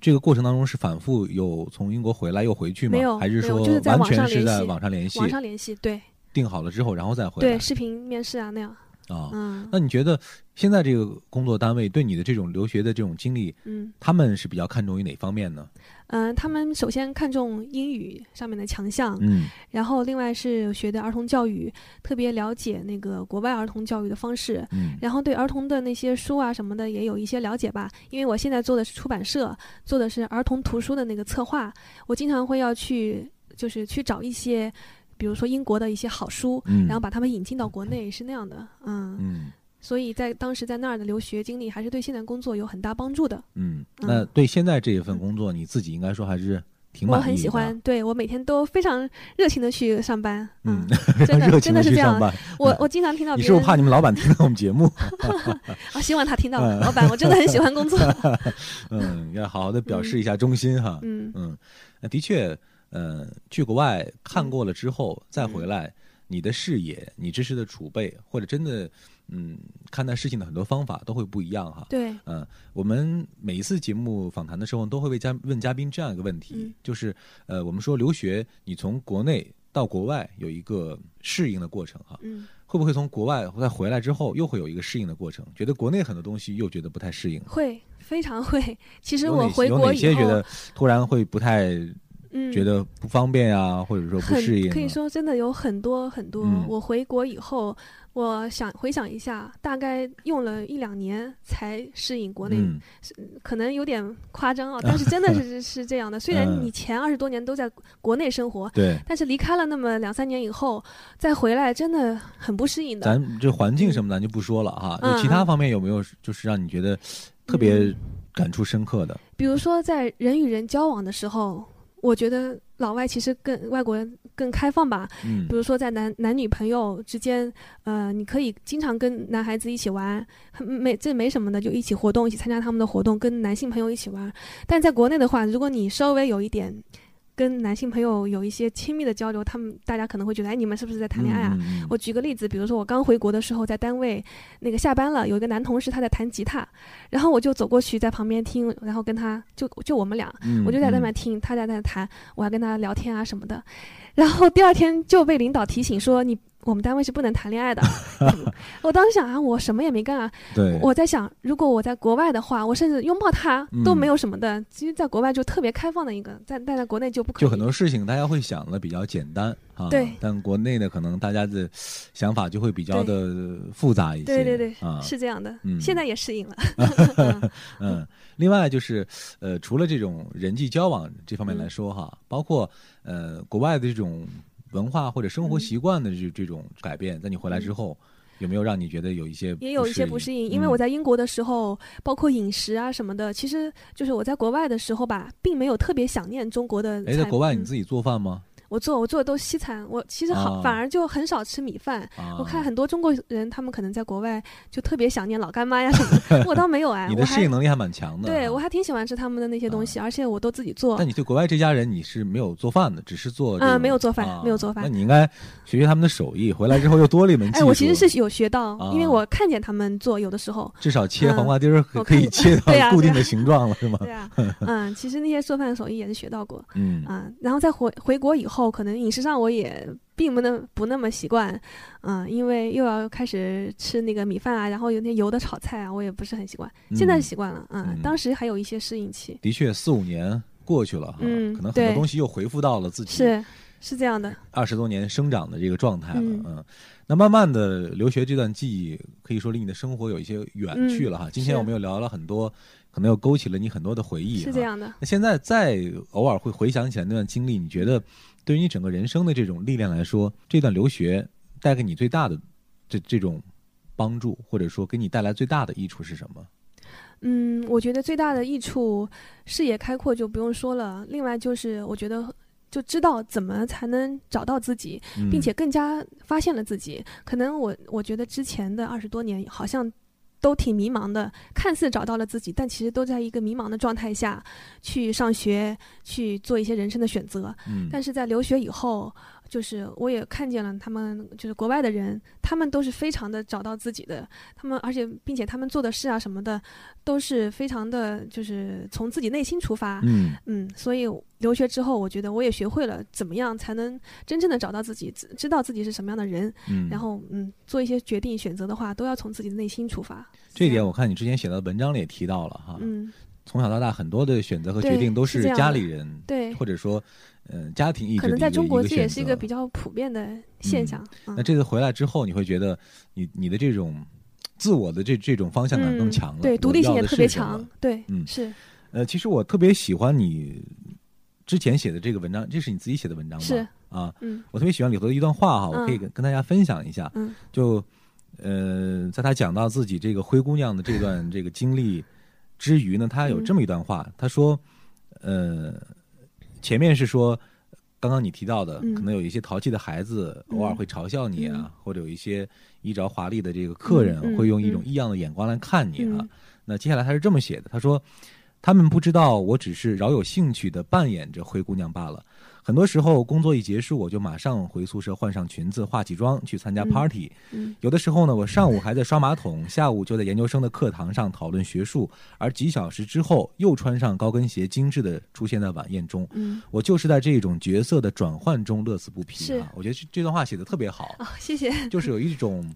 S5: 这个过程当中是反复有从英国回来又回去吗
S6: 没？有
S5: 还是
S6: 没有
S5: 说
S6: 就是在
S5: 完
S6: 网
S5: 全
S6: 上
S5: 是
S6: 联
S5: 在
S6: 系
S5: 网上联系
S6: 网上联系，对，
S5: 定好了之后，然后再回来
S6: 对，视频面试啊那样。
S5: 啊？
S6: 嗯
S5: 那你觉得现在这个工作单位对你的这种留学的这种经历，
S6: 嗯
S5: 他们是比较看重于哪方面呢？
S6: 嗯、呃他们首先看重英语上面的强项，
S5: 嗯
S6: 然后另外是学的儿童教育，特别了解那个国外儿童教育的方式。
S5: 嗯
S6: 然后对儿童的那些书啊什么的也有一些了解吧，因为我现在做的是出版社，做的是儿童图书的那个策划，我经常会要去就是去找一些，比如说英国的一些好书，
S5: 嗯，
S6: 然后把他们引进到国内，是那样的，嗯，
S5: 嗯
S6: 所以在当时在那儿的留学经历还是对现在工作有很大帮助的。
S5: 嗯，
S6: 嗯
S5: 那对现在这一份工作，你自己应该说还是挺
S6: 我
S5: 满意的。啊
S6: 很喜
S5: [LAUGHS]
S6: 欢，对我每天都非常热情的去上班，
S5: 嗯， [LAUGHS]
S6: 真的
S5: 热
S6: 真
S5: 情
S6: 的
S5: 的
S6: 是
S5: 去
S6: 这
S5: 上
S6: 样。
S5: 班。嗯
S6: 我我经常听到
S5: 你
S6: 别
S5: 是不是怕
S6: 人，
S5: 你们老板听到我们节目？
S6: 啊，希望他听到
S5: 嗯
S6: 老板，我真的很喜欢
S5: [LAUGHS]
S6: 工作。 [LAUGHS]
S5: 嗯，要好好的表示一下忠心哈。
S6: 嗯
S5: 嗯，那的确，呃，去国外看过了之后、再回来，你的视野、你知识的储备，或者真的，嗯，看待事情的很多方法都会不一样哈。
S6: 对，
S5: 嗯，我们每一次节目访谈的时候，都会为嘉问嘉宾这样一个问题，
S6: 嗯
S5: 就是呃，我们说留学，你从国内到国外有一个适应的过程哈，
S6: 嗯，
S5: 会不会从国外再回来之后，又会有一个适应的过程？觉得国内很多东西又觉得不太适应了。
S6: 会非常会。其实
S5: 有
S6: 我
S5: 哪
S6: 回
S5: 有
S6: 国
S5: 哪些
S6: 以
S5: 觉
S6: 后
S5: 得，突然会不太
S6: 嗯，
S5: 觉得不方便啊，或者说不适应、
S6: 很
S5: 啊？
S6: 可以说真的有很多很多。
S5: 嗯
S6: 我回国以后，我想回想一下，大概用了一两年才适应国内
S5: 嗯
S6: 可能有点夸
S5: [LAUGHS]
S6: 张啊，但是真的是是这样的。虽然
S5: 嗯
S6: 你前二十多年都在国内生活，
S5: 对，
S6: 但是离开了那么两三年以后再回来，真的很不适应的。
S5: 咱这环境什么咱就不说了哈，
S6: 嗯
S5: 就其他方面有没有就是让你觉得特别感触深刻的？
S6: 比如说在人与人交往的时候，我觉得老外其实更外国人更开放吧。
S5: 嗯
S6: 比如说在男男女朋友之间，呃，你可以经常跟男孩子一起玩，很没这没什么的，就一起活动，一起参加他们的活动，跟男性朋友一起玩。但在国内的话，如果你稍微有一点跟男性朋友有一些亲密的交流，他们大家可能会觉得，哎，你们是不是在谈恋爱啊？
S5: 嗯嗯嗯
S6: 我举个例子，比如说我刚回国的时候，在单位那个下班了，有一个男同事他在弹吉他，然后我就走过去在旁边听，然后跟他就就我们俩，
S5: 嗯
S6: 我就在那边听，他在那弹，我还跟他聊天啊什么的。然后第二天就被领导提醒说你我们单位是不能谈恋
S5: [LAUGHS]
S6: 爱的。嗯我当时想啊，我什么也没干啊，
S5: 对，
S6: 我在想，如果我在国外的话，我甚至拥抱他
S5: 嗯
S6: 都没有什么的。其实，在国外就特别开放的一个，在但在国内就不可以。
S5: 就很多事情大家会想的比较简单啊，
S6: 对
S5: 但国内的可能大家的想法就会比较的复杂一些，
S6: 对对对，
S5: 啊，
S6: 是这样的。
S5: 嗯
S6: 现在也适应了。 [LAUGHS]
S5: 嗯，另外就是，呃，除了这种人际交往这方面
S6: 嗯
S5: 来说哈，包括呃国外的这种文化或者生
S6: 嗯
S5: 活习惯的这、这种改变，在你回来之后，有没有让你觉得有一些
S6: 也有一些不适应，因为
S5: 嗯
S6: 我在英国的时候，包括饮食啊什么的，其实就是我在国外的时候吧，并没有特别想念中国的菜。
S5: 哎，在国外你
S6: 嗯
S5: 自己做饭吗？
S6: 我做我做的都是西餐，我其实好、
S5: 啊
S6: 反而就很少吃米饭。
S5: 啊，
S6: 我看很多中国人，他们可能在国外就特别想念老干妈呀什么的，我倒没有
S5: [LAUGHS]
S6: 哎，
S5: 你
S6: 我
S5: 的
S6: 还
S5: 适应能力还蛮强的啊。
S6: 对我还挺喜欢吃他们的那些东西，而且我都自己做
S5: 但。你对国外这家人你是没有做饭的，只是做这
S6: 啊
S5: 种
S6: 没有做饭
S5: 啊
S6: 没有做饭
S5: 那你应该学学他们的手艺，回来之后又多了一门技
S6: 哎，
S5: 术。
S6: 我其实是有学到，因为
S5: 啊
S6: 我看见他们做，有的
S5: [LAUGHS]
S6: 时候，
S5: 至少切黄瓜丁儿可
S6: 嗯我
S5: 可
S6: 看
S5: 以切到
S6: 对呀
S5: 固定
S6: 对啊
S5: 的
S6: 呀
S5: 形状了，
S6: [LAUGHS]
S5: 是吗？
S6: 对啊，嗯，其实那些做饭手艺也是学到过
S5: 嗯
S6: 啊。然后再回回国以后，可能饮食上我也并不能不那么习惯，嗯，因为又要开始吃那个米饭啊，然后有那油的炒菜啊，我也不是很习惯。现在
S5: 嗯
S6: 习惯了，嗯，
S5: 嗯
S6: 当时还有一些适应期，
S5: 的确，四五年过去了哈，
S6: 嗯
S5: 可能很多
S6: 对
S5: 东西又回复到了自己
S6: 是是这样的，
S5: 二十多年生长的这个状态了。
S6: 嗯
S5: 嗯那慢慢的，留学这段记忆可以说离你的生活有一些远去了哈。今天
S6: 是
S5: 我们又聊了很多，可能又勾起了你很多的回忆。
S6: 是这。样的。
S5: 那现在再偶尔会回想起来那段经历，你觉得对于你整个人生的这种历练来说，这段留学带给你最大的这这种帮助，或者说给你带来最大的益处是什么？
S6: 嗯，我觉得最大的益处视野开阔就不用说了，另外就是我觉得。就知道怎么才能找到自己，
S5: 嗯
S6: 并且更加发现了自己。可能我我觉得之前的二十多年好像都挺迷茫的，看似找到了自己，但其实都在一个迷茫的状态下去上学，去做一些人生的选择。
S5: 嗯，
S6: 但是在留学以后，就是我也看见了他们，就是国外的人，他们都是非常的找到自己的，他们而且并且他们做的事啊什么的，都是非常的，就是从自己内心出发。
S5: 嗯
S6: 嗯，所以留学之后，我觉得我也学会了怎么样才能真正的找到自己，知知道自己是什么样的人，
S5: 嗯，
S6: 然后嗯，做一些决定选择的话，都要从自己的内心出发。
S5: 这一
S6: 这
S5: 点
S6: 样
S5: 我看你之前写的文章里也提到了哈，
S6: 嗯，
S5: 从小到大很多的选择和决
S6: 对
S5: 定都
S6: 是这样的
S5: 家里人
S6: 对，
S5: 或者说嗯、呃家庭意志的
S6: 可
S5: 一
S6: 能
S5: 个
S6: 在中国这也是一个
S5: 选择
S6: 比较普遍的现
S5: 嗯
S6: 象。嗯
S5: 那这次回来之后，你会觉得你你的这种自我的这这种方向感更强了，
S6: 嗯对，
S5: 我
S6: 独立性
S5: 要
S6: 也
S5: 的是
S6: 特别
S5: 什么
S6: 强。，对，
S5: 嗯
S6: 是
S5: 呃，其实我特别喜欢你之前写的这个文章，这是你自己写的文章吗？
S6: 是
S5: 啊，
S6: 嗯
S5: 我特别喜欢里头的一段话哈，我可以
S6: 嗯
S5: 跟跟大家分享一下。
S6: 嗯
S5: 就呃，在他讲到自己这个灰姑娘的这段这个经历之余呢，他有这么一段话，
S6: 嗯
S5: 他说，呃，前面是说。刚刚你提到的，
S6: 嗯
S5: 可能有一些淘气的孩子偶尔
S6: 嗯
S5: 会嘲笑你啊，
S6: 嗯
S5: 或者有一些衣着华丽的这个客人
S6: 嗯嗯
S5: 会用一种
S6: 嗯
S5: 异样的眼光来看你啊。
S6: 嗯
S5: 那接下来他是这么写的，他说：“他们不知道我只是饶有兴趣的扮演着灰姑娘罢了。很多时候工作一结束，我就马上回宿舍换上裙子、化起妆去参加
S6: 嗯
S5: party。
S6: 嗯
S5: 有的时候呢，我上午还在刷马桶，下午就在研究生的课堂上讨论学术，而几小时之后又穿上高跟鞋，精致的出现在晚宴中。
S6: 嗯
S5: 我就是在这种角色的转换中乐此不疲
S6: 是
S5: 啊！我觉得这这段话写的特别好，
S6: 哦，谢谢。 [LAUGHS]
S5: 就是有一种，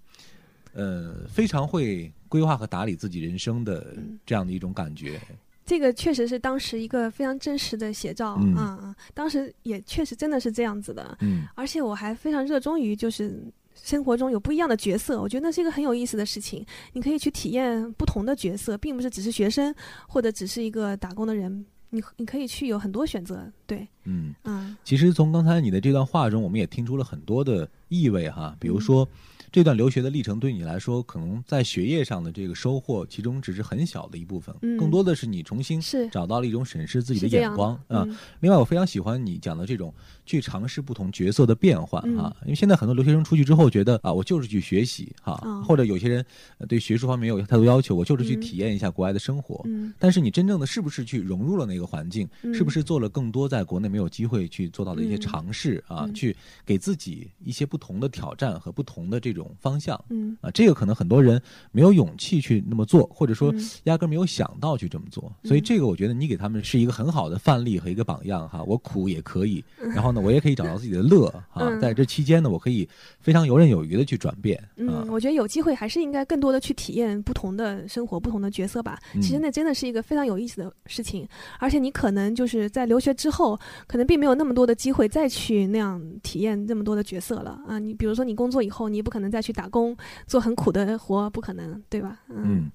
S5: 呃，非常会规划和打理自己人生的
S6: 嗯
S5: 这样的一种感觉。
S6: 这个确实是当时一个非常真实的写照，
S5: 嗯
S6: 啊、嗯，当时也确实真的是这样子的，
S5: 嗯
S6: 而且我还非常热衷于就是。生活中有不一样的角色，我觉得那是一个很有意思的事情。你可以去体验不同的角色，并不是只是学生或者只是一个打工的人，你你可以去有很多选择。对，
S5: 嗯。
S6: 嗯
S5: 其实从刚才你的这段话中，我们也听出了很多的意味哈，比如说、
S6: 嗯
S5: 这段留学的历程对你来说，可能在学业上的这个收获，其中只是很小的一部分，
S6: 嗯
S5: 更多的是你重新
S6: 是
S5: 找到了一种审视自己的
S6: 是这
S5: 眼
S6: 样的
S5: 光啊、
S6: 嗯
S5: 另外，我非常喜欢你讲的这种去尝试不同角色的变换
S6: 嗯
S5: 啊，因为现在很多留学生出去之后觉得啊，我就是去学习哈、
S6: 嗯
S5: 或者有些人呃对学术方面有太多要求，我就是去
S6: 嗯
S5: 体验一下国外的生活。
S6: 嗯
S5: 但是你真正的是不是去融入了那个环境，
S6: 嗯
S5: 是不是做了更多在国内没有机会去做到的一些
S6: 嗯
S5: 尝试啊，
S6: 嗯
S5: 去给自己一些不同的挑战和不同的这种方向
S6: 嗯
S5: 啊。这个可能很多人没有勇气去那么做，或者说
S6: 嗯
S5: 压根儿没有想到去这么做。所以
S6: 嗯
S5: 这个我觉得你给他们是一个很好的范例和一个榜样哈。我苦也可以，然后呢，我也可以找到自己的
S6: [LAUGHS]
S5: 乐哈。
S6: 嗯
S5: 在这期间呢，我可以非常游刃有余的去转变啊
S6: 嗯，。我觉得有机会还是应该更多的去体验不同的生活、不同的角色吧。
S5: 嗯
S6: 其实那真的是一个非常有意思的事情，而且你可能就是在留学之后，可能并没有那么多的机会再去那样体验这么多的角色了啊。你比如说你工作以后，你也不可能再去打工做很苦的活，不可能，对吧？嗯
S5: 嗯，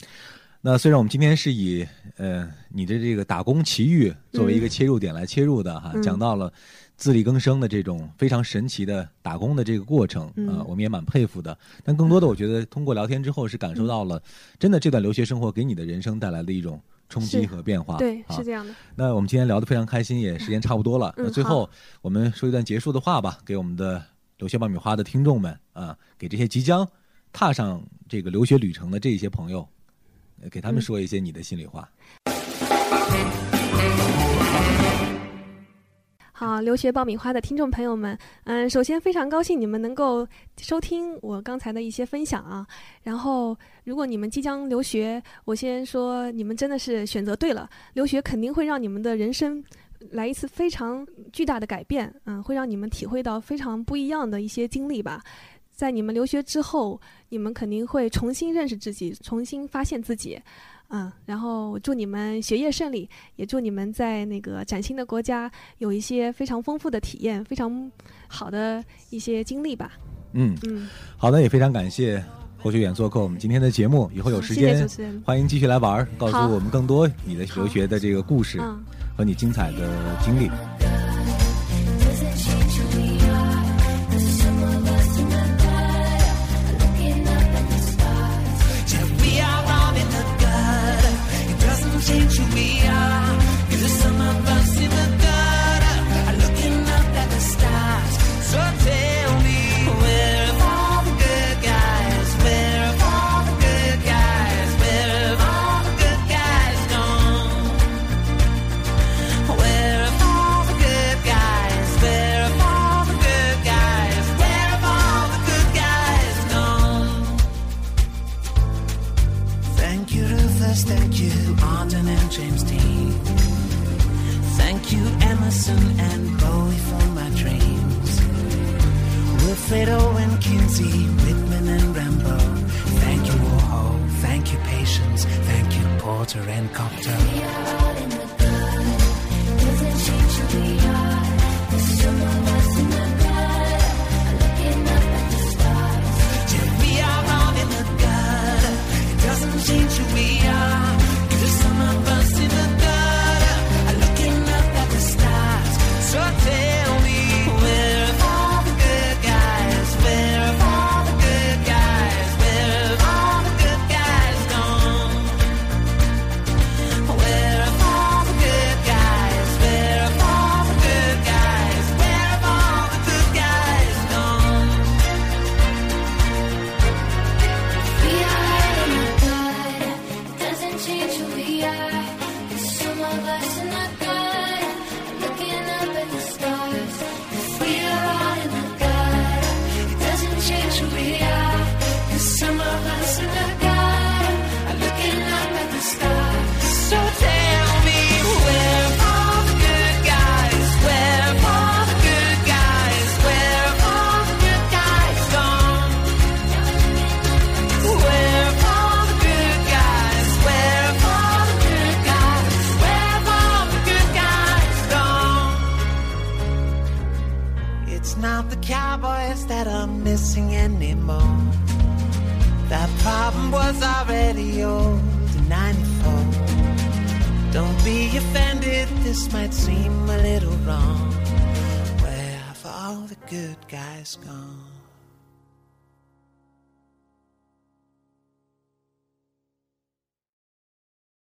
S5: 那虽然我们今天是以呃你的这个打工奇遇作为一个切入点来切入的哈，
S6: 嗯
S5: 讲到了自力更生的这种非常神奇的打工的这个过程啊、
S6: 嗯
S5: 我们也蛮佩服的。但更多的，我觉得通过聊天之后是感
S6: 嗯
S5: 受到了，真的这段留学生活给你的人生带来的一种。冲击
S6: 是
S5: 和变化，
S6: 对，
S5: 啊
S6: 是这样的。
S5: 那我们今天聊得非常开心，也时间差不多了。
S6: 嗯
S5: 那最后我们说一段结束的话吧，给我们的留学爆米花的听众们啊，给这些即将踏上这个留学旅程的这一些朋友，呃给他们
S6: 嗯
S5: 说一些你的心里话。
S6: 好，留学爆米花的听众朋友们，嗯，首先非常高兴你们能够收听我刚才的一些分享啊。然后，如果你们即将留学，我先说你们真的是选择对了，留学肯定会让你们的人生来一次非常巨大的改变，嗯，会让你们体会到非常不一样的一些经历吧。在你们留学之后，你们肯定会重新认识自己，重新发现自己，嗯，然后祝你们学业顺利，也祝你们在那个崭新的国家有一些非常丰富的体验，非常好的一些经历吧。
S5: 嗯，
S6: 嗯，
S5: 好的，也非常感谢侯学远做客我们今天的节目，以后有时
S6: 谢谢
S5: 间
S6: 主。持人。
S5: 欢迎继续来玩儿，告诉
S6: 好
S5: 我们更多你的留学的这个故事
S6: 嗯，
S5: 和你精彩的经历。
S4: Doesn't change who we are. There's some of us in the gutter, are looking up at the
S3: Yeah, we are all in the gutter. It doesn't change who we are. Cause there's some of us in the gutter are looking up at the
S4: stars.
S3: stars. So tell me, where have all the good guys? Where have all the good guys? Where have all the good guys gone? Where have all the good guys? Where have all the good guys? Where have all the good guys gone? Thank you, Rufus. Thank you, Arden and James Dean. Thank you, Emerson and Bowie for my dreams. Wilfred Owen, Kinsey, Whitman and Rambo. Thank you, Warhol. Thank you, Patience. Thank you, Porter and Copter.
S4: Doesn't change who we are. There's some of us in the gutter, are looking up at the stars.
S3: Yeah, we are all in the gutter. It doesn't change who we are. 'Cause some of us in the gutter are looking up at the stars. So tell me, where have all the good guys? Where have all the good guys? Where have all the good guys gone? Where have all the good guys? Where have all the good guys? Where have all the good guys gone?
S4: We are in the gutter. Doesn't change who we are. There's some of us in the gutter, are looking up at the stars. We are all in the gutter. It doesn't change who we are. There's some of us in the gutter, are looking up at the stars.
S3: So tell me where all the good guys, where all the good guys, where all the good guys gone? Where all the good guys, where all the good guys, where all the good guys gone? It's not the cowboys that are missing anymore. That problem was already old in 94. Don't be offended, this might seem a little wrong. Where have all the good guys gone?